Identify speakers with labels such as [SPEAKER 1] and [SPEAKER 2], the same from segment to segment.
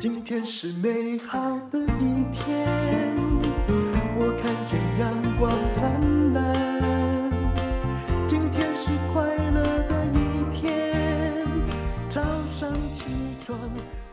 [SPEAKER 1] 今天是美好的一天，我看见阳光灿烂。今天是快乐的一天，早上起床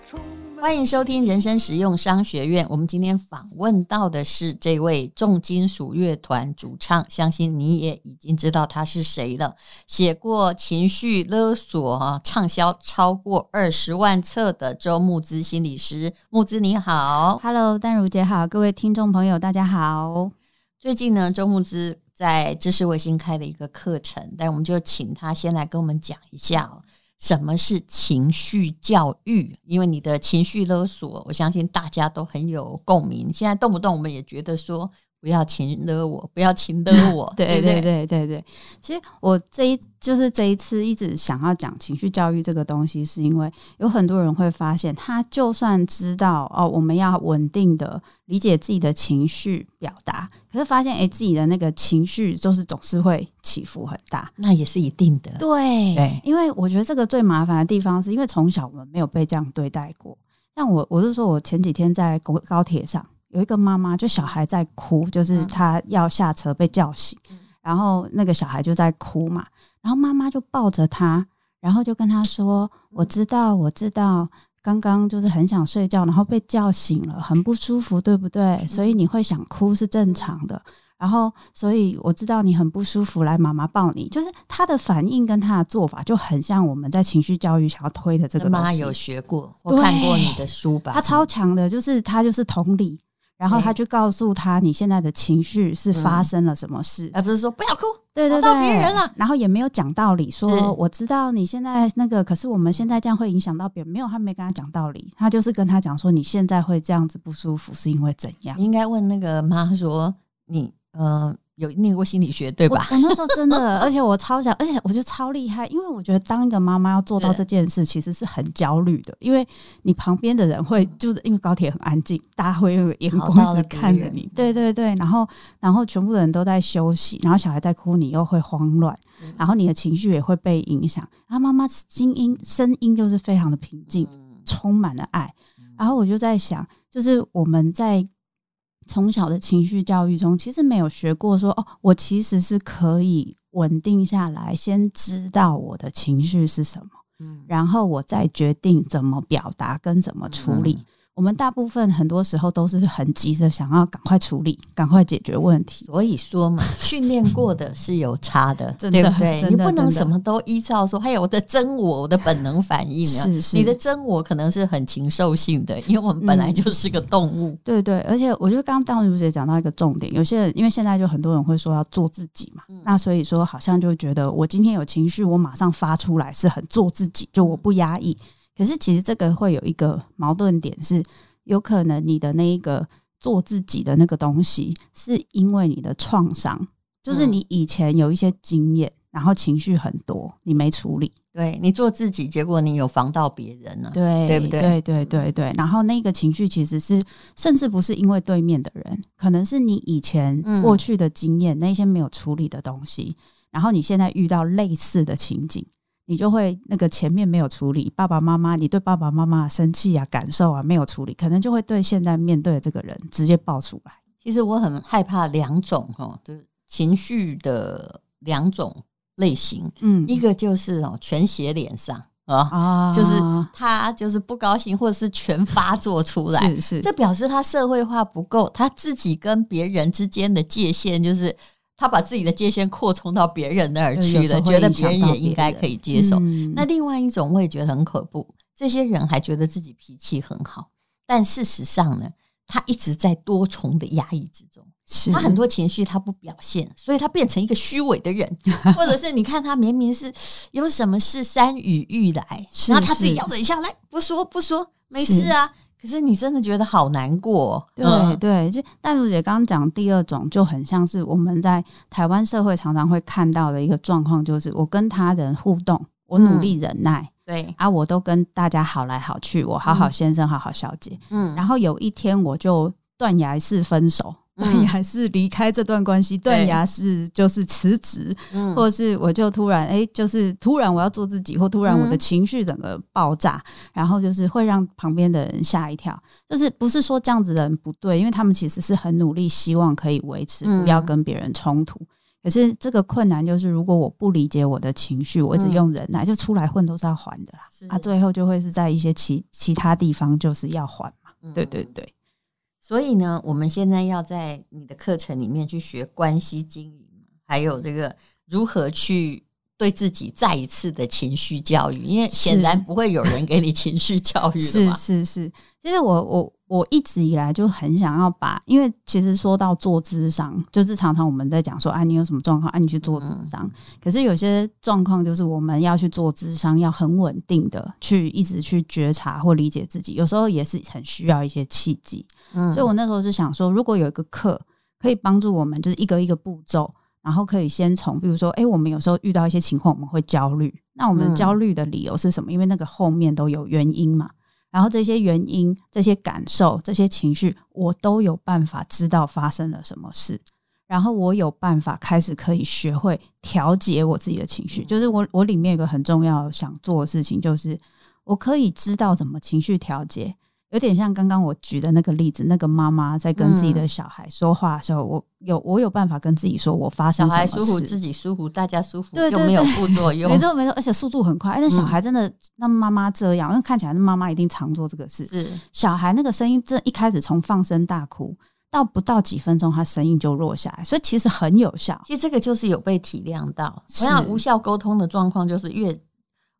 [SPEAKER 1] 充满。
[SPEAKER 2] 欢迎收听人生实用商学院。我们今天访问到的是这位重金属乐团主唱，相信你也已经知道他是谁了。写过情绪勒索啊，畅销超过二十万册的周牧之心理师，牧之你好。
[SPEAKER 3] Hello，淡如姐好，各位听众朋友大家好。，
[SPEAKER 2] 最近呢，周牧之在知识卫星开了一个课程，但我们就请他先来跟我们讲一下哦什么是情绪教育，因为你的情绪勒索，我相信大家都很有共鸣。现在动不动我们也觉得说，不要情勒我，不要情勒我
[SPEAKER 3] 对
[SPEAKER 2] 不
[SPEAKER 3] 对对对对，其实我这一就是这一次一直想要讲情绪教育这个东西，是因为有很多人会发现，他就算知道哦，我们要稳定的理解自己的情绪表达，可是发现诶、自己的那个情绪就是总是会起伏很大。
[SPEAKER 2] 那也是一定的。
[SPEAKER 3] 对
[SPEAKER 2] 对
[SPEAKER 3] 因为我觉得这个最麻烦的地方，是因为从小我们没有被这样对待过。像我，我是说我前几天在高高铁上，有一个妈妈，就小孩在哭，就是
[SPEAKER 2] 嗯
[SPEAKER 3] 她要下车被叫醒，然后那个小孩就在哭嘛，然后妈妈就抱着他，然后就跟他说：“我
[SPEAKER 2] 嗯
[SPEAKER 3] 知道，我知道。”刚刚就是很想睡觉，然后被叫醒了，很不舒服，对不对？所
[SPEAKER 2] 嗯
[SPEAKER 3] 以你会想哭是正常的。然后，所以我知道你很不舒服，来，妈妈抱你。就是他的反应跟他的做法就很像我们在情绪教育想要推的这个
[SPEAKER 2] 妈妈
[SPEAKER 3] 东西。
[SPEAKER 2] 有学过或
[SPEAKER 3] 对
[SPEAKER 2] 看过你的书吧？嗯
[SPEAKER 3] 他超强的，就是他就是同理，然后
[SPEAKER 2] 对
[SPEAKER 3] 他就告诉他你现在的情绪是发
[SPEAKER 2] 嗯
[SPEAKER 3] 生了什么事，
[SPEAKER 2] 而不是说不要哭，
[SPEAKER 3] 对对
[SPEAKER 2] 找
[SPEAKER 3] 对，
[SPEAKER 2] 到别人了
[SPEAKER 3] 然后也没有讲道理，
[SPEAKER 2] 是
[SPEAKER 3] 说我知道你现在那个，可是我们现在这样会影响到别人。没有，他没跟他讲道理，他就是跟他讲说你现在会这样子不舒服是因为怎样
[SPEAKER 2] 你。应该问那个妈说，你呃有念过心理学对
[SPEAKER 3] 我
[SPEAKER 2] 吧？
[SPEAKER 3] 我那时候真的，而且我超想，而且我觉得超厉害，因为我觉得当一个妈妈要做到
[SPEAKER 2] 是
[SPEAKER 3] 这件事，其实是很焦虑的，因为你旁边的人会就是因为高铁很安静，大家会用眼
[SPEAKER 2] 吵到
[SPEAKER 3] 光一
[SPEAKER 2] 了
[SPEAKER 3] 直
[SPEAKER 2] 别
[SPEAKER 3] 看着
[SPEAKER 2] 人
[SPEAKER 3] 你，对对对，然后然后全部的人都在休息，然后小孩在哭，你又会慌乱，
[SPEAKER 2] 嗯
[SPEAKER 3] 然后你的情绪也会被影响，然后妈妈声音声音就是非常的平静，
[SPEAKER 2] 嗯
[SPEAKER 3] 充满了爱。然后我就在想，就是我们在从小的情绪教育中，其实没有学过说哦，我其实是可以稳定下来，先知道我的情绪是什么，
[SPEAKER 2] 嗯
[SPEAKER 3] 然后我再决定怎么表达跟怎么处理。
[SPEAKER 2] 嗯
[SPEAKER 3] 我们大部分很多时候都是很急着想要赶快处理，赶快解决问题。
[SPEAKER 2] 所以说 嘛，训练过的是有差的，
[SPEAKER 3] 真
[SPEAKER 2] 对
[SPEAKER 3] 的
[SPEAKER 2] 不对？
[SPEAKER 3] 真的
[SPEAKER 2] 你不能
[SPEAKER 3] 真的
[SPEAKER 2] 什么都依照说，还有我的真我，我的本能反应啊。
[SPEAKER 3] 是是
[SPEAKER 2] 你的真我可能是很禽兽性的，因为我们本来就是个动 物。
[SPEAKER 3] 对对，而且我觉得刚刚当如姐讲到一个重点，有些人因为现在就很多人会说要做自己嘛，那所以说好像就觉得我今天有情绪，我马上发出来是很做自己，就我不压抑。可是其实这个会有一个矛盾点是，有可能你的那一个做自己的那个东西，是因为你的创伤，就是
[SPEAKER 2] 嗯
[SPEAKER 3] 你以前有一些经验，然后情绪很多，你没处理。
[SPEAKER 2] 对你做自己，结果你有防到别人啊呢、
[SPEAKER 3] 对，
[SPEAKER 2] 对不对
[SPEAKER 3] 对对对对然后那个情绪其实是，甚至不是因为对面的人，可能是你以前
[SPEAKER 2] 嗯
[SPEAKER 3] 过去的经验，那些没有处理的东西，然后你现在遇到类似的情景。你就会那个前面没有处理，爸爸妈妈，你对爸爸妈妈的生气啊、感受啊没有处理，可能就会对现在面对的这个人直接爆出来。
[SPEAKER 2] 其实我很害怕两种哦，就是情绪的两种类型，
[SPEAKER 3] 嗯
[SPEAKER 2] 一个就是哦全写脸上啊，
[SPEAKER 3] 啊
[SPEAKER 2] 就是他就是不高兴，或者是全发作出来。
[SPEAKER 3] 是是，
[SPEAKER 2] 这表示他社会化不够，他自己跟别人之间的界限就是他把自己的界限扩充到别人那儿去
[SPEAKER 3] 有时
[SPEAKER 2] 了，
[SPEAKER 3] 候会
[SPEAKER 2] 觉得
[SPEAKER 3] 影响
[SPEAKER 2] 别人
[SPEAKER 3] 到
[SPEAKER 2] 也
[SPEAKER 3] 别人
[SPEAKER 2] 应该可以接受。
[SPEAKER 3] 嗯
[SPEAKER 2] 那另外一种我也觉得很可怖，这些人还觉得自己脾气很好，但事实上呢，他一直在多重的压抑之中。
[SPEAKER 3] 是
[SPEAKER 2] 他很多情绪他不表现，所以他变成一个虚伪的人， 或者是你看他明明是有什么事山雨欲来，
[SPEAKER 3] 是
[SPEAKER 2] 然后他自己
[SPEAKER 3] 是
[SPEAKER 2] 要忍下来，不说不说，没事啊。可是你真的觉得好难过哦，
[SPEAKER 3] 对
[SPEAKER 2] 嗯
[SPEAKER 3] 对，就戴茹姐刚刚讲第二种，就很像是我们在台湾社会常常会看到的一个状况，就是我跟他人互动，我努力忍耐、
[SPEAKER 2] 对，
[SPEAKER 3] 啊，我都跟大家好来好去，我好好先生，好好小姐，
[SPEAKER 2] 嗯，
[SPEAKER 3] 然后有一天我就断崖式分手，断崖式离开这段关系，断崖式就是辞职，
[SPEAKER 2] 嗯
[SPEAKER 3] 或者是我就突然哎、就是突然我要做自己，或突然我的
[SPEAKER 2] 嗯
[SPEAKER 3] 情绪整个爆炸，然后就是会让旁边的人吓一跳。就是不是说这样子的人不对，因为他们其实是很努力，希望可以维持
[SPEAKER 2] 嗯
[SPEAKER 3] 不要跟别人冲突。可是这个困难就是，如果我不理解我的情绪，我一直
[SPEAKER 2] 嗯
[SPEAKER 3] 用忍耐，就出来混都是要还的啦。啊，最后就会是在一些其其他地方就是要还嘛。对对
[SPEAKER 2] 嗯
[SPEAKER 3] 对，
[SPEAKER 2] 所以呢，我们现在要在你的课程里面去学关系经营，还有这个如何去对自己再一次的情绪教育，因为显
[SPEAKER 3] 是
[SPEAKER 2] 然不会有人给你情绪教育的
[SPEAKER 3] 是
[SPEAKER 2] 嘛。
[SPEAKER 3] 是是。其实我我我一直以来就很想要把，因为其实说到做智商，就是常常我们在讲说啊，你有什么状况啊，你去做智商。
[SPEAKER 2] 嗯
[SPEAKER 3] 可是有些状况就是我们要去做智商，要很稳定的去一直去觉察或理解自己，有时候也是很需要一些契机。
[SPEAKER 2] 嗯
[SPEAKER 3] 所以我那时候是想说，如果有一个课可以帮助我们，就是一个一个步骤，然后可以先从，比如说，哎、我们有时候遇到一些情况，我们会焦虑，那我们
[SPEAKER 2] 嗯
[SPEAKER 3] 焦虑的理由是什么？因为那个后面都有原因嘛。然后这些原因、这些感受、这些情绪，我都有办法知道发生了什么事。然后我有办法开始可以学会调节我自己的情
[SPEAKER 2] 嗯
[SPEAKER 3] 绪，就是我我里面有个很重要想做的事情，就是我可以知道怎么情绪调节，有点像刚刚我举的那个例子，那个妈妈在跟自己
[SPEAKER 2] 嗯
[SPEAKER 3] 的小孩说话的时候，我有我有办法跟自己说我发
[SPEAKER 2] 小
[SPEAKER 3] 生什么
[SPEAKER 2] 孩
[SPEAKER 3] 事，
[SPEAKER 2] 舒服，自己舒服，大家舒服，
[SPEAKER 3] 对对
[SPEAKER 2] 又没有副作用
[SPEAKER 3] 没，错没错，而且速度很快。哎，那
[SPEAKER 2] 嗯
[SPEAKER 3] 小孩真的让妈妈这样，因为看起来那妈妈一定常做这个事。
[SPEAKER 2] 是
[SPEAKER 3] 小孩那个声音，这一开始从放声大哭到不到几分钟，他声音就弱下来，所以其实很有效。
[SPEAKER 2] 其实这个就是有被体谅到。
[SPEAKER 3] 是
[SPEAKER 2] 我想无效沟通的状况就是越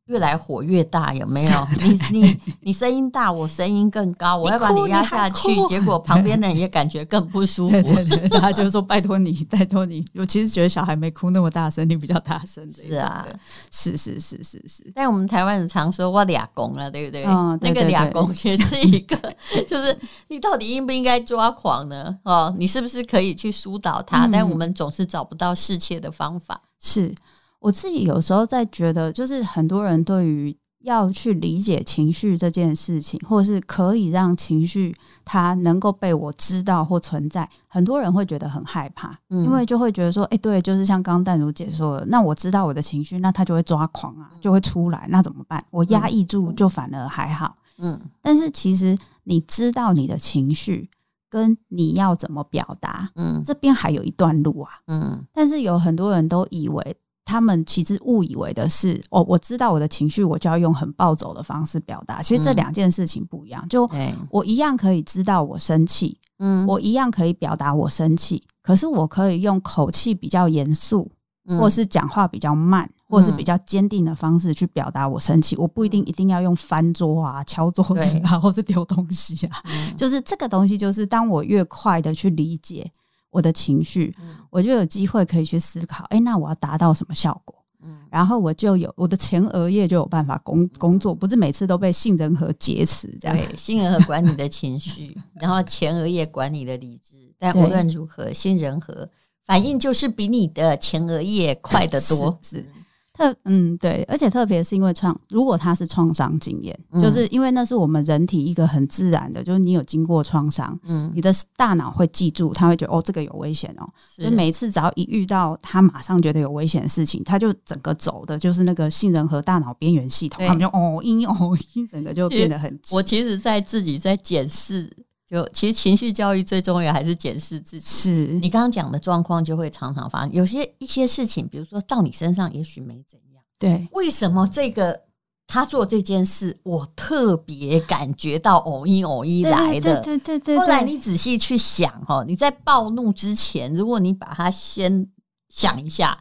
[SPEAKER 2] 越来火越大，有没有？你你你声音大，我声音更高，我要把
[SPEAKER 3] 你哭
[SPEAKER 2] 压下
[SPEAKER 3] 还
[SPEAKER 2] 去，
[SPEAKER 3] 哭
[SPEAKER 2] 结果旁边的人也感觉更不舒服。
[SPEAKER 3] 对，他就说：“拜托你，拜托你。”我其实觉得小孩没哭那么大声，你比较大声这一
[SPEAKER 2] 是
[SPEAKER 3] 种
[SPEAKER 2] 啊
[SPEAKER 3] 的，是是是是是，
[SPEAKER 2] 但我们台湾人常说“我俩公”了，对不对？
[SPEAKER 3] 嗯对
[SPEAKER 2] 那个
[SPEAKER 3] 对
[SPEAKER 2] 俩
[SPEAKER 3] 对
[SPEAKER 2] 公也是一个， 就是你到底应不应该抓狂呢？哦，你是不是可以去疏导他？
[SPEAKER 3] 嗯
[SPEAKER 2] 但我们总是找不到适切的方法。
[SPEAKER 3] 是我自己有时候在觉得，就是很多人对于要去理解情绪这件事情，或者是可以让情绪它能够被我知道或存在，很多人会觉得很害怕，
[SPEAKER 2] 嗯
[SPEAKER 3] 因为就会觉得说，哎、对，就是像刚刚淡如姐说的，那我知道我的情绪，那他就会抓狂啊，就会出来，那怎么办？我压抑住就反而还好。
[SPEAKER 2] 嗯
[SPEAKER 3] 但是其实你知道你的情绪，跟你要怎么表达，
[SPEAKER 2] 嗯
[SPEAKER 3] 这边还有一段路啊。
[SPEAKER 2] 嗯
[SPEAKER 3] 但是有很多人都以为，他们其实误以为的是，哦，我知道我的情绪，我就要用很暴走的方式表达。其实这
[SPEAKER 2] 嗯
[SPEAKER 3] 两件事情不一样，就
[SPEAKER 2] 对，
[SPEAKER 3] 我一样可以知道我生气，
[SPEAKER 2] 嗯
[SPEAKER 3] 我一样可以表达我生气，可是我可以用口气比较严肃，
[SPEAKER 2] 嗯
[SPEAKER 3] 或是讲话比较慢，或是比较坚定的方式去表达我生气。我不
[SPEAKER 2] 嗯
[SPEAKER 3] 一定一定要用翻桌啊、敲桌子啊，或是丢东西 啊。
[SPEAKER 2] 嗯
[SPEAKER 3] 就是这个东西，就是当我越快的去理解我的情绪，
[SPEAKER 2] 嗯
[SPEAKER 3] 我就有机会可以去思考，哎、那我要达到什么效果？
[SPEAKER 2] 嗯
[SPEAKER 3] 然后我就有我的前额叶就有办法工工作，不是每次都被杏仁核劫持这样。
[SPEAKER 2] 对，杏仁核管你的情绪，然后前额叶管你的理智。但
[SPEAKER 3] 对
[SPEAKER 2] 无论如何，杏仁核反应就是比你的前额叶快得多。
[SPEAKER 3] 是是特嗯对，而且特别是因为创，如果它是创伤经验，
[SPEAKER 2] 嗯
[SPEAKER 3] 就是因为那是我们人体一个很自然的，就是你有经过创伤，
[SPEAKER 2] 嗯，
[SPEAKER 3] 你的大脑会记住，他会觉得哦这个有危险哦，所以
[SPEAKER 2] 是
[SPEAKER 3] 每一次只要一遇到他马上觉得有危险的事情，他就整个走的就是那个杏仁核大脑边缘系统，
[SPEAKER 2] 对
[SPEAKER 3] 他们就哦一哦一，整个就变得很
[SPEAKER 2] 我其实，在自己在检视，就其实情绪教育最重要还是检视自己。
[SPEAKER 3] 是
[SPEAKER 2] 你刚刚讲的状况就会常常发生，有些一些事情，比如说到你身上也许没怎样，
[SPEAKER 3] 对
[SPEAKER 2] 为什么这个他做这件事，我特别感觉到偶一偶一来的？
[SPEAKER 3] 对对对
[SPEAKER 2] 后来
[SPEAKER 3] 对，
[SPEAKER 2] 你仔细去想哦，你在暴怒之前，如果你把它先想一下，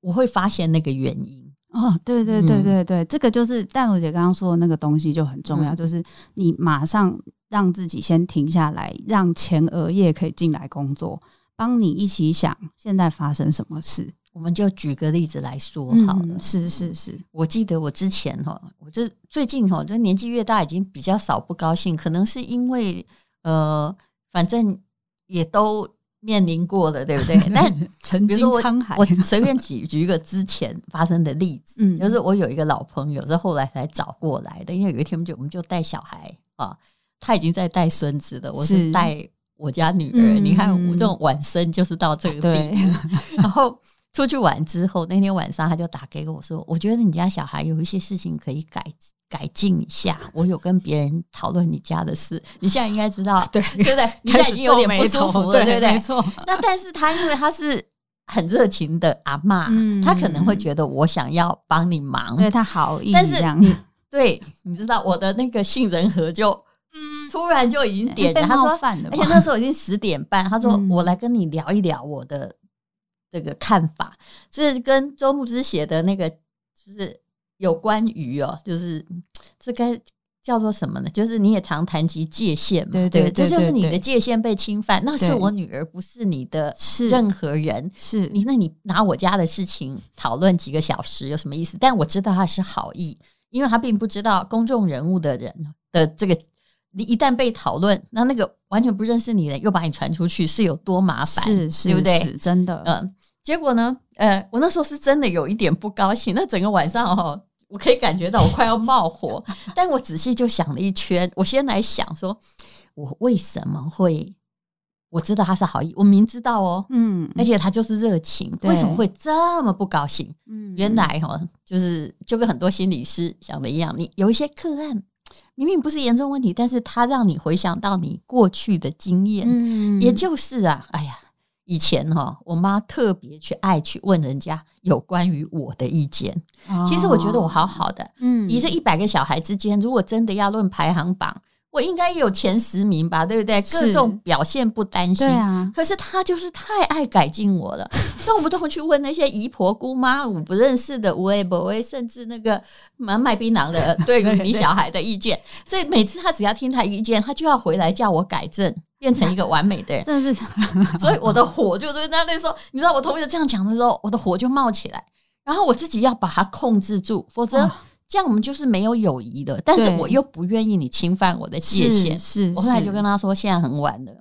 [SPEAKER 2] 我会发现那个原因。
[SPEAKER 3] 哦对对对
[SPEAKER 2] 嗯
[SPEAKER 3] 对对，这个就是淡如姐刚刚说的那个东西就很重要，
[SPEAKER 2] 嗯
[SPEAKER 3] 就是你马上让自己先停下来，让前额叶可以进来工作，帮你一起想现在发生什么事。
[SPEAKER 2] 我们就举个例子来说好了，
[SPEAKER 3] 嗯，是是是，
[SPEAKER 2] 我记得我之前哈，我这最近哦哈，这年纪越大，已经比较少不高兴，可能是因为呃，反正也都面临过了，对不 对？但
[SPEAKER 3] 曾
[SPEAKER 2] 比
[SPEAKER 3] 经
[SPEAKER 2] 如说我
[SPEAKER 3] 沧 海，
[SPEAKER 2] 我随便举举一个之前发生的例子，
[SPEAKER 3] 啊嗯
[SPEAKER 2] 就是我有一个老朋友，是后来才找过来的，因为有一天我们就我们就带小孩啊，他已经在带孙子了，我是
[SPEAKER 3] 是
[SPEAKER 2] 带我家女儿，
[SPEAKER 3] 嗯啊
[SPEAKER 2] 你看我这种晚生就是到这个地
[SPEAKER 3] 对
[SPEAKER 2] 步。 然后出去玩之后，那天晚上他就打给我说：“我觉得你家小孩有一些事情可以改改进一下。我有跟别人讨论你家的事，你现在应该知道，
[SPEAKER 3] 对
[SPEAKER 2] 对不对？你现在已经有点不舒服了，对不对
[SPEAKER 3] 没？错，
[SPEAKER 2] 那但是他因为他是很热情的阿嬷，
[SPEAKER 3] 嗯
[SPEAKER 2] 他可能会觉得我想要帮你忙，
[SPEAKER 3] 对他好意，
[SPEAKER 2] 但是
[SPEAKER 3] 这样
[SPEAKER 2] 你对，你知道我的那个杏仁核就，突然就已经点
[SPEAKER 3] 嗯哎被
[SPEAKER 2] 燃。他
[SPEAKER 3] 冒
[SPEAKER 2] 说，哎
[SPEAKER 3] 犯了
[SPEAKER 2] 而
[SPEAKER 3] 吧
[SPEAKER 2] 且那时候已经十点半，他说、
[SPEAKER 3] 嗯
[SPEAKER 2] 我来跟你聊一聊我的这个看法，这是跟周牧之写的那个就是有关于哦，就是嗯这该。叫做什么呢？就是你也常谈及界限嘛，
[SPEAKER 3] 对
[SPEAKER 2] 对
[SPEAKER 3] 对
[SPEAKER 2] 不这
[SPEAKER 3] 对
[SPEAKER 2] 就是你
[SPEAKER 3] 对
[SPEAKER 2] 的界限被侵犯，那是
[SPEAKER 3] 对
[SPEAKER 2] 我女儿，不是你的
[SPEAKER 3] 是
[SPEAKER 2] 任何人。
[SPEAKER 3] 是
[SPEAKER 2] 你那你拿我家的事情讨论几个小时有什么意思？但我知道他是好意，因为他并不知道公众人物的人的这个，你一旦被讨论，那那个完全不认识你的人又把你传出去是有多麻烦，
[SPEAKER 3] 是是，
[SPEAKER 2] 对不对？
[SPEAKER 3] 是？真的，
[SPEAKER 2] 嗯，结果呢，呃，我那时候是真的有一点不高兴，那整个晚上哦，我可以感觉到我快要冒火，但我仔细就想了一圈，我先来想说，我为什么会？我知道他是好意，我明知道哦，
[SPEAKER 3] 嗯
[SPEAKER 2] 而且他就是热情，
[SPEAKER 3] 对
[SPEAKER 2] 为什么会这么不高兴？
[SPEAKER 3] 嗯
[SPEAKER 2] 原来哈、就是就跟很多心理师想的一样，你有一些个案明明不是严重问题，但是它让你回想到你过去的经验，
[SPEAKER 3] 嗯
[SPEAKER 2] 也就是啊，哎呀，以前哈、我妈特别去爱去问人家有关于我的意见。其实我觉得我，好好的，
[SPEAKER 3] 哦嗯
[SPEAKER 2] 以这一百个小孩之间，如果真的要论排行榜，我应该也有前十名吧，对不对？各
[SPEAKER 3] 是
[SPEAKER 2] 种表现不担心
[SPEAKER 3] 对，啊，
[SPEAKER 2] 可是他就是太爱改进我 了，所以我们都会去问那些姨婆、姑妈、我不认识的、无为不为，甚至那个蛮卖槟榔的对于你小孩的意 见。所以每次他只要听他意见，他就要回来叫我改正，变成一个完美的 人。
[SPEAKER 3] 真 的是，
[SPEAKER 2] 所以我的火就是那那时候，你知道我同学这样讲的时候，我的火就冒起来，然后我自己要把它控制住，否则
[SPEAKER 3] 哇
[SPEAKER 2] 这样我们就是没有友谊的。但是
[SPEAKER 3] 对
[SPEAKER 2] 我又不愿意你侵犯我的界
[SPEAKER 3] 是
[SPEAKER 2] 限，
[SPEAKER 3] 是，
[SPEAKER 2] 我后来就跟
[SPEAKER 3] 他
[SPEAKER 2] 他说，现在很晚了，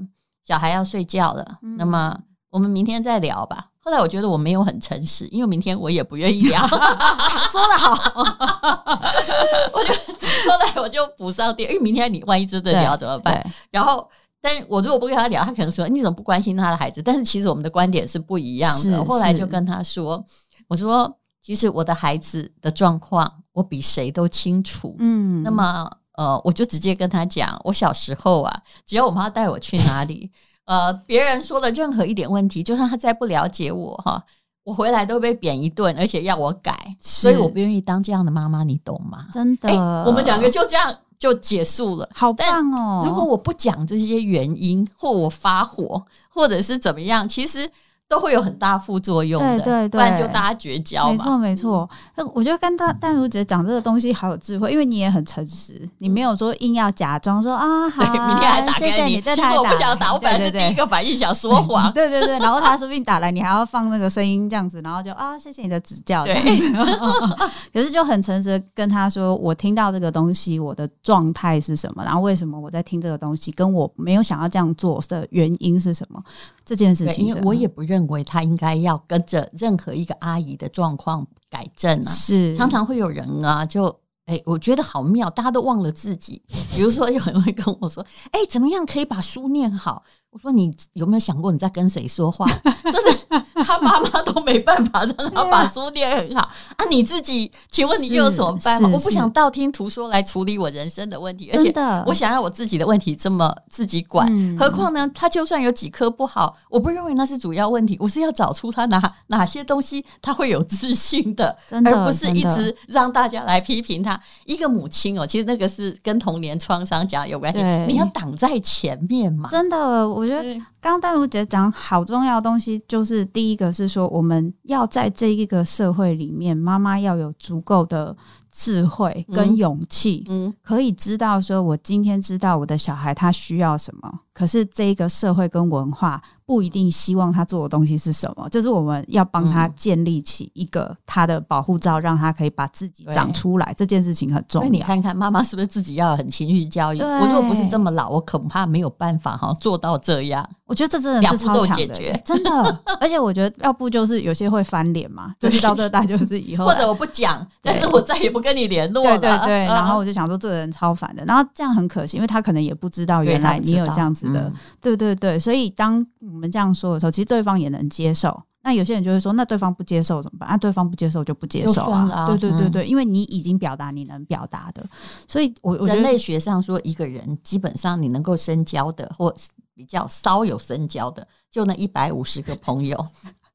[SPEAKER 2] 小孩要睡觉了，
[SPEAKER 3] 嗯
[SPEAKER 2] 那么我们明天再聊吧。后来我觉得我没有很诚实，因为明天我也不愿意聊。
[SPEAKER 3] 说的好，
[SPEAKER 2] 后来我就补上点，因为明天你万一真的聊怎么办？
[SPEAKER 3] 对，
[SPEAKER 2] 然后，但是我如果不跟他聊，他可能说你怎么不关心他的孩子？但是其实我们的观点是不一样
[SPEAKER 3] 是
[SPEAKER 2] 的。后来
[SPEAKER 3] 是
[SPEAKER 2] 就跟他说，我说其实我的孩子的状况，我比谁都清楚。
[SPEAKER 3] 嗯，
[SPEAKER 2] 那么呃，我就直接跟他讲，我小时候啊，只要我妈带我去哪里，呃，别人说的任何一点问题，就算他再不了解我哈，我回来都被扁一顿，而且要我改，所以
[SPEAKER 3] 是
[SPEAKER 2] 我不愿意当这样的妈妈，你懂吗？
[SPEAKER 3] 真的，
[SPEAKER 2] 哎、我们两个就这样就结束了。
[SPEAKER 3] 好
[SPEAKER 2] 但
[SPEAKER 3] 棒哦，
[SPEAKER 2] 如果我不讲这些原因，或我发火，或者是怎么样，其实都会有很大副作用的，
[SPEAKER 3] 对对对
[SPEAKER 2] 不然就大家绝交
[SPEAKER 3] 没
[SPEAKER 2] 嘛。
[SPEAKER 3] 错，没错。那我觉得跟大淡如姐讲这个东西好有智慧，因为你也很诚实，你没有说硬要假装说啊，好，
[SPEAKER 2] 对，明天还打
[SPEAKER 3] 谢
[SPEAKER 2] 给
[SPEAKER 3] 谢
[SPEAKER 2] 你。
[SPEAKER 3] 你，再
[SPEAKER 2] 其实我不想打，我本来是
[SPEAKER 3] 对对
[SPEAKER 2] 第一
[SPEAKER 3] 对，
[SPEAKER 2] 个反应想说谎
[SPEAKER 3] 对对对，然后他说不定打来，你还要放那个声音这样子，然后就啊，谢谢你的指教。
[SPEAKER 2] 对
[SPEAKER 3] 这样子， 可是就很诚实地跟他说，我听到这个东西，我的状态是什么，然后为什么我在听这个东西，跟我没有想要这样做的原因是什么，这件事
[SPEAKER 2] 对，
[SPEAKER 3] 情
[SPEAKER 2] 因为
[SPEAKER 3] 真的，嗯
[SPEAKER 2] 我也不认为他应该要跟着任何一个阿姨的状况改正啊。
[SPEAKER 3] 是
[SPEAKER 2] 常常会有人啊，就哎、我觉得好妙，大家都忘了自己。比如说，有人会跟我说：“哎、怎么样可以把书念好？”我说：“你有没有想过你在跟谁说话？” 就是他妈妈都没办法让他把书念很好啊！你自己，请问你
[SPEAKER 3] 是
[SPEAKER 2] 又有什么办法？
[SPEAKER 3] 是
[SPEAKER 2] 我不
[SPEAKER 3] 是
[SPEAKER 2] 想道听途说来处理我人生的问题，而
[SPEAKER 3] 真
[SPEAKER 2] 且
[SPEAKER 3] 的，
[SPEAKER 2] 我想要我自己的问题这么自己管，
[SPEAKER 3] 嗯
[SPEAKER 2] 何况呢？他就算有几科不好，我不认为那是主要问题，我是要找出他哪哪些东西他会有自信的，
[SPEAKER 3] 真的
[SPEAKER 2] 而不是一
[SPEAKER 3] 真
[SPEAKER 2] 直让大家来批评他。一个母亲哦，其实那个是跟童年创伤讲有关系
[SPEAKER 3] 对，
[SPEAKER 2] 你要挡在前面嘛。
[SPEAKER 3] 真的，我觉得
[SPEAKER 2] 对
[SPEAKER 3] 刚刚淡如姐讲好重要的东西，就是第一个是说，我们要在这一个社会里面，妈妈要有足够的智慧跟
[SPEAKER 2] 嗯
[SPEAKER 3] 勇气，
[SPEAKER 2] 嗯，
[SPEAKER 3] 可以知道说，我今天知道我的小孩他需要什么，可是这一个社会跟文化不一定希望他做的东西是什么，就是我们要帮他
[SPEAKER 2] 嗯
[SPEAKER 3] 建立起一个他的保护罩，让他可以把自己长
[SPEAKER 2] 对
[SPEAKER 3] 出来，这件事情很重
[SPEAKER 2] 所以
[SPEAKER 3] 要。
[SPEAKER 2] 你看看，妈妈是不是自己要很情绪教育？
[SPEAKER 3] 对
[SPEAKER 2] 我如果不是这么老，我恐怕没有办法哈做到这样。
[SPEAKER 3] 我觉得这真的是超
[SPEAKER 2] 两步骤
[SPEAKER 3] 强
[SPEAKER 2] 解
[SPEAKER 3] 的
[SPEAKER 2] 决
[SPEAKER 3] 耶，真的。而且我觉得要不就是有些会翻脸嘛，就是到这大就是以后
[SPEAKER 2] 或者我不讲，但是我再也不跟你联络
[SPEAKER 3] 对
[SPEAKER 2] 了。
[SPEAKER 3] 对对，
[SPEAKER 2] 嗯
[SPEAKER 3] 然后我就想说这个人超烦的，然后这样很可惜，因为他可能也不知道
[SPEAKER 2] 对
[SPEAKER 3] 原
[SPEAKER 2] 他
[SPEAKER 3] 来
[SPEAKER 2] 不
[SPEAKER 3] 你
[SPEAKER 2] 知
[SPEAKER 3] 有
[SPEAKER 2] 道
[SPEAKER 3] 这样子的
[SPEAKER 2] 嗯，
[SPEAKER 3] 对对对，所以当我们这样说的时候，其实对方也能接受。那有些人就会说，那对方不接受怎么办？啊，对方不接受就不接
[SPEAKER 2] 就
[SPEAKER 3] 受
[SPEAKER 2] 算了
[SPEAKER 3] 啊
[SPEAKER 2] 啊
[SPEAKER 3] 对对对
[SPEAKER 2] 嗯
[SPEAKER 3] 对，因为你已经表达你能表达的，所以我我觉
[SPEAKER 2] 人
[SPEAKER 3] 得
[SPEAKER 2] 类学上说，一个人基本上你能够深交的，或比较稍有深交的，就那一百五十个朋 友。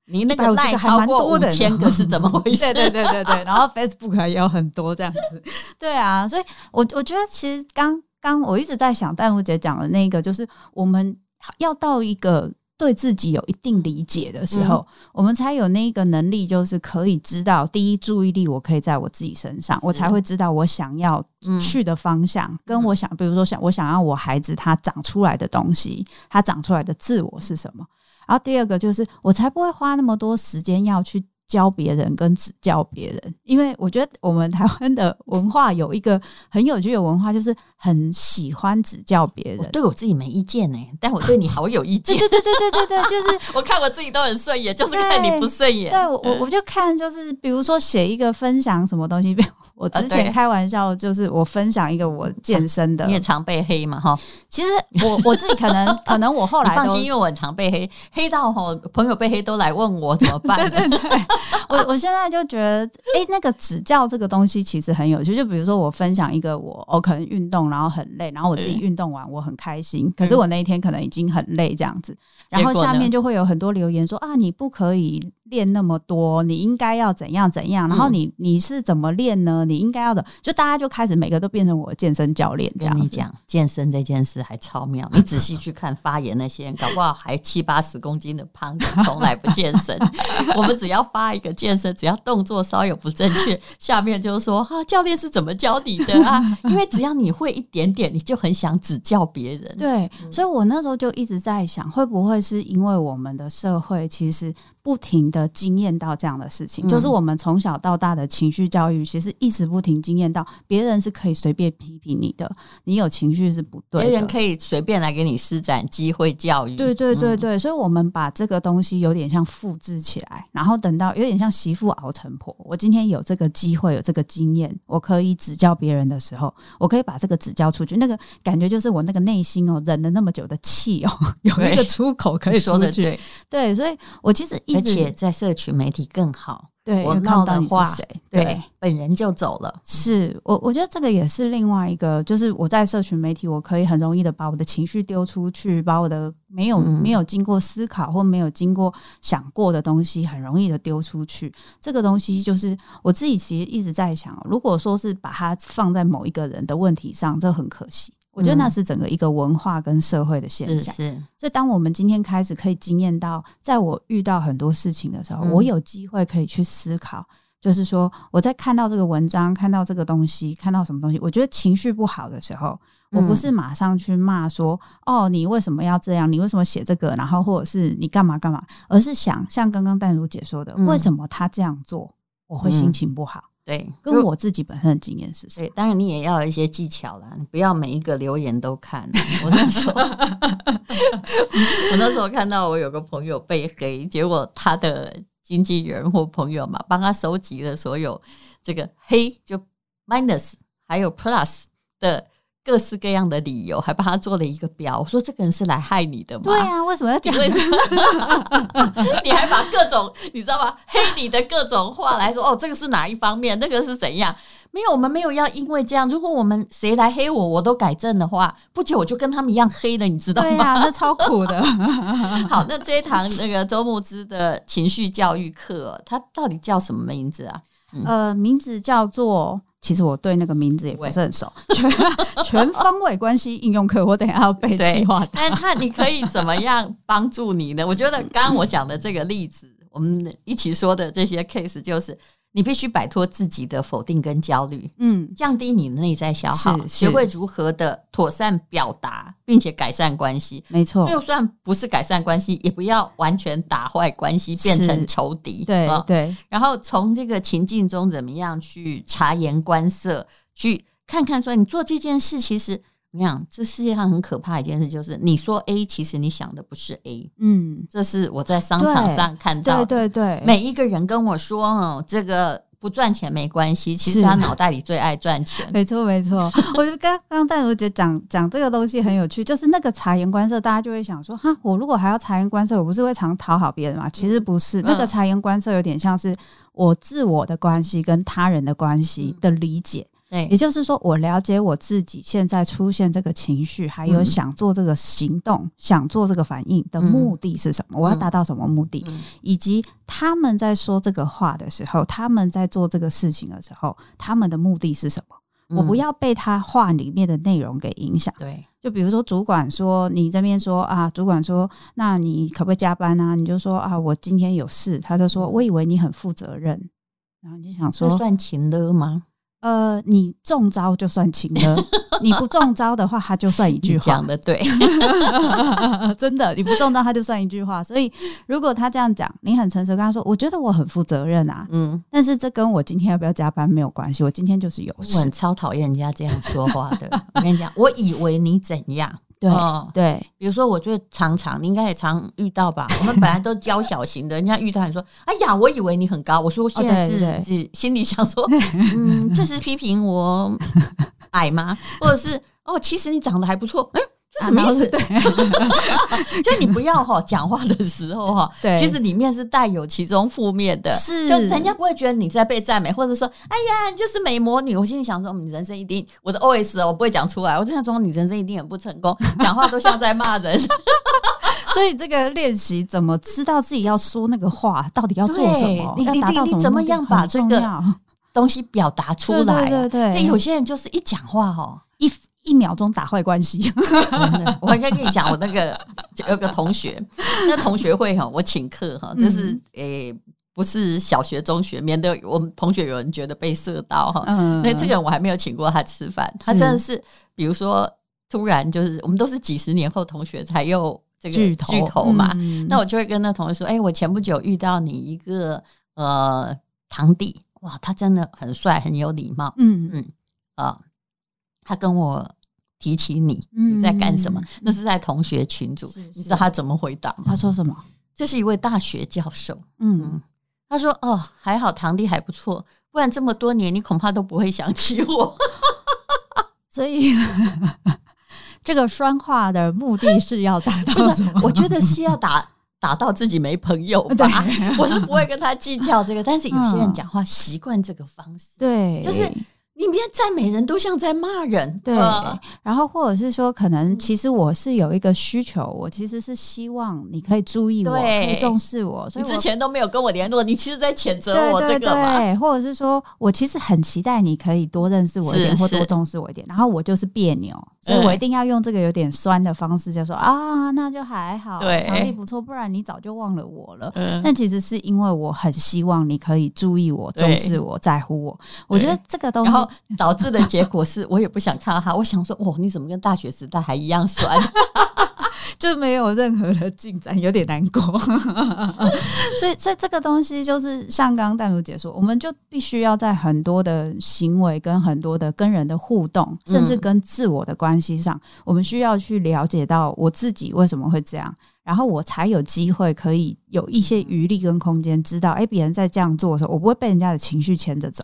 [SPEAKER 2] 你那个
[SPEAKER 3] 150
[SPEAKER 2] 赖
[SPEAKER 3] 个还
[SPEAKER 2] 超
[SPEAKER 3] 蛮
[SPEAKER 2] 过
[SPEAKER 3] 多
[SPEAKER 2] 五
[SPEAKER 3] 的呢
[SPEAKER 2] 千个是怎么回 事？
[SPEAKER 3] 对对对对对，然后 Facebook 还有很多这样子，对啊，所以我我觉得其实刚刚我一直在想，戴茹姐讲的那个，就是我们要到一个对自己有一定理解的时候，
[SPEAKER 2] 嗯
[SPEAKER 3] 我们才有那个能力，就是可以知道第一注意力我可以在我自己身上，我才会知道我想要
[SPEAKER 2] 嗯
[SPEAKER 3] 去的方向，跟我想，比如说想我想要我孩子他长出来的东西，他长出来的自我是什么。然后第二个就是，我才不会花那么多时间要去教别人跟指教别人，因为我觉得我们台湾的文化有一个很有趣的文化，就是很喜欢指教别
[SPEAKER 2] 我
[SPEAKER 3] 人。
[SPEAKER 2] 对我自己没意见呢、但我 对你好有意见
[SPEAKER 3] 对。对对对对 对对，就是
[SPEAKER 2] 我看我自己都很顺眼，就是看你不顺眼。
[SPEAKER 3] 对我我我就看就是比如说写一个分享什么东西，比如 我之
[SPEAKER 2] 啊
[SPEAKER 3] 前
[SPEAKER 2] 对
[SPEAKER 3] 开玩笑就是我分享一个我健身的
[SPEAKER 2] 你，也常被黑嘛，哈！
[SPEAKER 3] 其实我我自己可 能可能我后
[SPEAKER 2] 你
[SPEAKER 3] 来
[SPEAKER 2] 放
[SPEAKER 3] 都
[SPEAKER 2] 心，因为我很常被黑，黑到吼朋友被黑都来问我怎么 办。
[SPEAKER 3] 我我现在就觉得，哎、那个指教这个东西其实很有趣。就比如说，我分享一个我哦，可能运动然后很累，然后我自己
[SPEAKER 2] 嗯
[SPEAKER 3] 运动完我很开心，可是我那一天可能已经很累这样子，然后
[SPEAKER 2] 结果呢
[SPEAKER 3] 下面就会有很多留言说啊，你不可以练那么多，你应该要怎样怎样，然后
[SPEAKER 2] 嗯
[SPEAKER 3] 你、你是怎么练呢？你应该要的，就大家就开始每个都变成我的健身教练这
[SPEAKER 2] 跟
[SPEAKER 3] 样
[SPEAKER 2] 你
[SPEAKER 3] 子。
[SPEAKER 2] 讲，健身这件事还超妙。你仔细去看发言那些人，搞不好还七八十公斤的胖 子，从来不健身。我们只要发一个健身，只要动作稍有不正确，下面就说哈、啊，教练是怎么教你的啊？ 因为只要你会一点点，你就很想指教别人。
[SPEAKER 3] 对，所以我那时候就一直在想，会不会是因为我们的社会其实不停的经验到这样的事情，
[SPEAKER 2] 嗯
[SPEAKER 3] 就是我们从小到大的情绪教育，其实一直不停经验到别人是可以随便批评你的，你有情绪是不对
[SPEAKER 2] 别
[SPEAKER 3] 的，
[SPEAKER 2] 人可以随便来给你施展机会教育。
[SPEAKER 3] 对对对
[SPEAKER 2] 嗯
[SPEAKER 3] 对，所以我们把这个东西有点像复制起来，然后等到有点像媳妇熬成婆。我今天有这个机会，有这个经验，我可以指教别人的时候，我可以把这个指教出去。那个感觉就是我那个内心哦，忍了那么久的气哦， 有一个
[SPEAKER 2] 对
[SPEAKER 3] 出口可以
[SPEAKER 2] 你说的
[SPEAKER 3] 出去
[SPEAKER 2] 对，
[SPEAKER 3] 对，所以我其实一
[SPEAKER 2] 而
[SPEAKER 3] 直
[SPEAKER 2] 且在社群媒体更好。
[SPEAKER 3] 对
[SPEAKER 2] 我
[SPEAKER 3] 有看
[SPEAKER 2] 闹
[SPEAKER 3] 到
[SPEAKER 2] 的
[SPEAKER 3] 你是
[SPEAKER 2] 话
[SPEAKER 3] 谁，对
[SPEAKER 2] 对，本人就走了。
[SPEAKER 3] 是我，我觉得这个也是另外一个，就是我在社群媒体，我可以很容易的把我的情绪丢出去，把我的没有、
[SPEAKER 2] 嗯
[SPEAKER 3] 没有经过思考或没有经过想过的东西，很容易的丢出去。这个东西就是我自己其实一直在想，如果说是把它放在某一个人的问题上，这很可惜。我觉得那
[SPEAKER 2] 嗯
[SPEAKER 3] 是整个一个文化跟社会的现
[SPEAKER 2] 是
[SPEAKER 3] 象。
[SPEAKER 2] 是，
[SPEAKER 3] 所以，当我们今天开始可以经验到，在我遇到很多事情的时候，
[SPEAKER 2] 嗯
[SPEAKER 3] 我有机会可以去思考，就是说我在看到这个文章、看到这个东西、看到什么东西，我觉得情绪不好的时候，我
[SPEAKER 2] 嗯
[SPEAKER 3] 不是马上去骂说、哦，你为什么要这样？你为什么写这个？然后或者是你干嘛干嘛？而是想像刚刚淡如姐说的，
[SPEAKER 2] 嗯
[SPEAKER 3] 为什么他这样做，我会心情不好？
[SPEAKER 2] 对，
[SPEAKER 3] 跟我自己本身的经验是什么？
[SPEAKER 2] 对，当然你也要有一些技巧啦，你不要每一个留言都看。我那时候，我那时候看到我有个朋友被黑，结果他的经纪人或朋友嘛，帮他收集了所有这个黑就 minus 还有 plus 的各式各样的理由，还帮他做了一个表。我说这个人是来害你的吗？
[SPEAKER 3] 对啊，为什么要讲
[SPEAKER 2] 为什么？ 你还把各种你知道吗？黑你的各种话来说，哦，这个是哪一方面？那个是怎样？没有，我们没有要因为这样。如果我们谁来黑我，我都改正的话，不久我就跟他们一样黑了，你知道
[SPEAKER 3] 对
[SPEAKER 2] 吗？
[SPEAKER 3] 啊，那超苦的。
[SPEAKER 2] 好，那这一堂那个周牧之的情绪教育课，它到底叫什么名字啊？
[SPEAKER 3] 呃，名字叫做，其实我对那个名字也不是很熟，全 全方位关系应用课，我等一下要背
[SPEAKER 2] 对
[SPEAKER 3] 计划单。
[SPEAKER 2] 但他你可以怎么样帮助你呢？我觉得刚刚我讲的这个例子，我们一起说的这些 case，就是你必须摆脱自己的否定跟焦虑，
[SPEAKER 3] 嗯，
[SPEAKER 2] 降低你的内在消耗，
[SPEAKER 3] 是
[SPEAKER 2] 学
[SPEAKER 3] 是
[SPEAKER 2] 会如何的妥善表达，并且改善关系。
[SPEAKER 3] 没错，
[SPEAKER 2] 就算不是改善关系，也不要完全打坏关系，变成
[SPEAKER 3] 是
[SPEAKER 2] 仇敌。
[SPEAKER 3] 对
[SPEAKER 2] 啊
[SPEAKER 3] 对，
[SPEAKER 2] 然后从这个情境中怎么样去察言观色，去看看说你做这件事，其实你想这世界上很可怕的一件事就是，你说 A，其实你想的不是 A。
[SPEAKER 3] 嗯，
[SPEAKER 2] 这是我在商场上看到的，
[SPEAKER 3] 对对对，
[SPEAKER 2] 每一个人跟我说，哦，这个不赚钱没关系，其实
[SPEAKER 3] 是
[SPEAKER 2] 他脑袋里最爱赚 钱。
[SPEAKER 3] 没错，没错。我就刚刚戴茹姐讲讲这个东西很有趣，就是那个察言观色，大家就会想说，哈，我如果还要察言观色，我不是会常讨好别人吗？其实不是，那个察言观色有点像是我自我的关系跟他人的关系的理解，也
[SPEAKER 2] 对，
[SPEAKER 3] 就是说，我了解我自己现在出现这个情绪，还有
[SPEAKER 2] 嗯
[SPEAKER 3] 想做这个行动、想做这个反应的目的是什么，我要达到什么目的，
[SPEAKER 2] 嗯
[SPEAKER 3] 以及他们在说这个话的时候，他们在做这个事情的时候，他们的目的是什么。我不
[SPEAKER 2] 嗯，
[SPEAKER 3] 要被他话里面的内容给影响。
[SPEAKER 2] 对，
[SPEAKER 3] 就比如说，主管说你这边说啊，主管说那你可不可以加班啊？你就说啊，我今天有事。他就说，我以为你很负责任，然后你就想
[SPEAKER 2] 这嗯
[SPEAKER 3] 说，
[SPEAKER 2] 算情的吗？
[SPEAKER 3] 呃，你中招就算请 了，你不中招的话，他就算一句
[SPEAKER 2] 你
[SPEAKER 3] 话
[SPEAKER 2] 讲。的对，
[SPEAKER 3] 真的，你不中招，他就算一句话。所以，如果他这样讲，你很诚实地跟他说，我觉得我很负责任啊，
[SPEAKER 2] 嗯，
[SPEAKER 3] 但是这跟我今天要不要加班没有关系，我今天就是有
[SPEAKER 2] 我
[SPEAKER 3] 事
[SPEAKER 2] 很。超讨厌人家这样说话 的。我跟你讲，我以为你怎样，
[SPEAKER 3] 对
[SPEAKER 2] 哦
[SPEAKER 3] 对，
[SPEAKER 2] 比如说，我最常常，你应该也常遇到吧？我们本来都娇小型的，人家遇到你说：“哎呀，我以为你很高。”我说：“现在
[SPEAKER 3] 哦
[SPEAKER 2] 是
[SPEAKER 3] 对对
[SPEAKER 2] 是心里想 说，嗯，这是批评我矮吗？或者是哦，其实你长得还不错，嗯，这什么意思？
[SPEAKER 3] 啊
[SPEAKER 2] 就你不要哈、讲话的时候哈、
[SPEAKER 3] 对
[SPEAKER 2] 其实里面是带有其中负面的，
[SPEAKER 3] 是
[SPEAKER 2] 就人家不会觉得你在被赞美，或者说哎呀，你就是美魔女。我心里想说，嗯你人生一定我的 OS 哦我不会讲出来，我真的说你人生一定很不成功，讲话都像在骂人。
[SPEAKER 3] 所以这个练习怎么知道自己要说那个话，到底要做什么，
[SPEAKER 2] 对你
[SPEAKER 3] 要达到
[SPEAKER 2] 你
[SPEAKER 3] 什么目的
[SPEAKER 2] 你怎么样把
[SPEAKER 3] 很重
[SPEAKER 2] 这个
[SPEAKER 3] 要
[SPEAKER 2] 东西表达出来、啊。
[SPEAKER 3] 对对对对
[SPEAKER 2] 有些人就是一讲话哦，
[SPEAKER 3] 一一秒钟打坏关系？
[SPEAKER 2] 真的，我应该跟你讲，我那个就有个同学，那同学会哈，我请客哈，就是
[SPEAKER 3] 嗯
[SPEAKER 2] 诶、不是小学、中学，免得我们同学有人觉得被射到哦哈。
[SPEAKER 3] 嗯，
[SPEAKER 2] 那这个我还没有请过他吃饭，他真的是，比如说突然就是，我们都是几十年后同学才又这个
[SPEAKER 3] 巨头
[SPEAKER 2] 巨头嘛，
[SPEAKER 3] 嗯
[SPEAKER 2] 那我就会跟那同学说：“哎、我前不久遇到你一个呃堂弟，哇，他真的很帅，很有礼貌
[SPEAKER 3] 嗯
[SPEAKER 2] 啊、呃他跟我提起你，
[SPEAKER 3] 嗯
[SPEAKER 2] 你在干什么？那是在同学群组，
[SPEAKER 3] 是
[SPEAKER 2] 你知
[SPEAKER 3] 是
[SPEAKER 2] 道他怎么回答吗？
[SPEAKER 3] 他说什么？
[SPEAKER 2] 这是一位大学教授，
[SPEAKER 3] 嗯，
[SPEAKER 2] 他说：‘哦，还好堂弟还不错，不然这么多年你恐怕都不会想起我。
[SPEAKER 3] 所以 这个酸化的目的是要 达
[SPEAKER 2] 不
[SPEAKER 3] 到
[SPEAKER 2] 是
[SPEAKER 3] 什么？’
[SPEAKER 2] 我觉得是要打。”打到自己没朋友吧， 我是不会跟他计较这个。但是有些人
[SPEAKER 3] 嗯
[SPEAKER 2] 讲话习惯这个方式，
[SPEAKER 3] 对，
[SPEAKER 2] 就是你连赞美人都像在骂人，
[SPEAKER 3] 对
[SPEAKER 2] 呃，
[SPEAKER 3] 然后或者是说，可能其实我是有一个需求，我其实是希望你可以注意我，
[SPEAKER 2] 对
[SPEAKER 3] 可以重视我，所
[SPEAKER 2] 你
[SPEAKER 3] 以我
[SPEAKER 2] 之前都没有跟我联络，你其实在谴责
[SPEAKER 3] 对
[SPEAKER 2] 我这
[SPEAKER 3] 对
[SPEAKER 2] 个嘛？
[SPEAKER 3] 对，或者是说我其实很期待你可以多认识我一点，
[SPEAKER 2] 是嗯
[SPEAKER 3] 或多
[SPEAKER 2] 是
[SPEAKER 3] 重视我一点，然后我就是别扭，所以我一定要用这个有点酸的方式，就说啊，那就还好，
[SPEAKER 2] 对
[SPEAKER 3] 能力不错，不然你早就忘了我了。
[SPEAKER 2] 嗯，
[SPEAKER 3] 但其实是因为我很希望你可以注意我、
[SPEAKER 2] 对
[SPEAKER 3] 重视我、在乎我。我觉得这个东西
[SPEAKER 2] 然，后导致的结果是我也不想看到他，我想说，哇，你怎么跟大学时代还一样酸？
[SPEAKER 3] 就没有任何的进展，有点难过。 所以，所以这个东西就是像刚刚淡如姐说，我们就必须要在很多的行为跟很多的跟人的互动，
[SPEAKER 2] 嗯
[SPEAKER 3] 甚至跟自我的关系上，我们需要去了解到我自己为什么会这样，然后我才有机会可以有一些余力跟空间，知道哎，诶别人在这样做的时候，我不会被人家的情绪牵着走，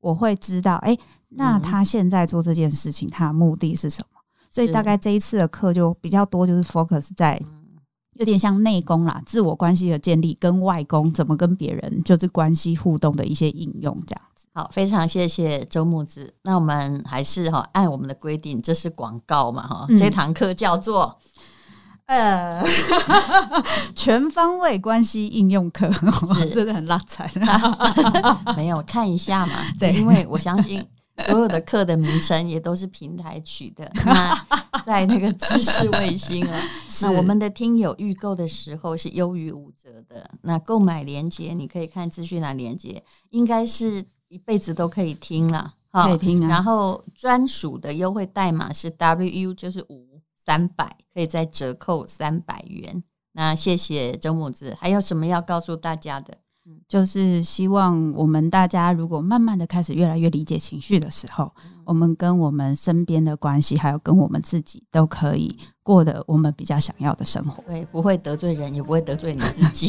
[SPEAKER 3] 我会知道哎，诶那
[SPEAKER 2] 嗯
[SPEAKER 3] 他现在做这件事情，他的目的是什么？所以
[SPEAKER 2] 是
[SPEAKER 3] 大概这一次的课就比较多，就是 focus 在嗯有点像内功啦，自我关系的建立跟外功怎么跟别人就是关系互动的一些应用，这样子。
[SPEAKER 2] 好，非常谢谢周木子。那我们还是哈、按我们的规定，这是广告嘛哈、
[SPEAKER 3] 嗯
[SPEAKER 2] 这堂课叫做
[SPEAKER 3] 呃， 全方位关系应用课， 真的很拉惨。
[SPEAKER 2] 没有看一下嘛，
[SPEAKER 3] 对
[SPEAKER 2] 因为我相信所有的课的名称也都是平台取 的。那在那个知识卫星啊，那我们的听友预购的时候是优于五折的。那购买链接你可以看资讯栏链接，应该是一辈子都可以听了。哈
[SPEAKER 3] 可以听啊
[SPEAKER 2] 然后专属的优惠代码是 WU，就是五三百，可以再折扣三百元。那谢谢周母子，还有什么要告诉大家的？。
[SPEAKER 3] 就是希望我们大家如果慢慢的开始越来越理解情绪的时候，我们跟我们身边的关系，还有跟我们自己，都可以过得我们比较想要的生活
[SPEAKER 2] 对，不会得罪人，也不会得罪你自 己。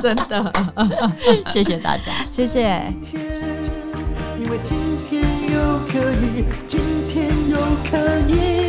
[SPEAKER 3] 真的，
[SPEAKER 2] 谢谢大家。
[SPEAKER 3] 谢谢。
[SPEAKER 1] 天，因为今天又可以，今天又可以。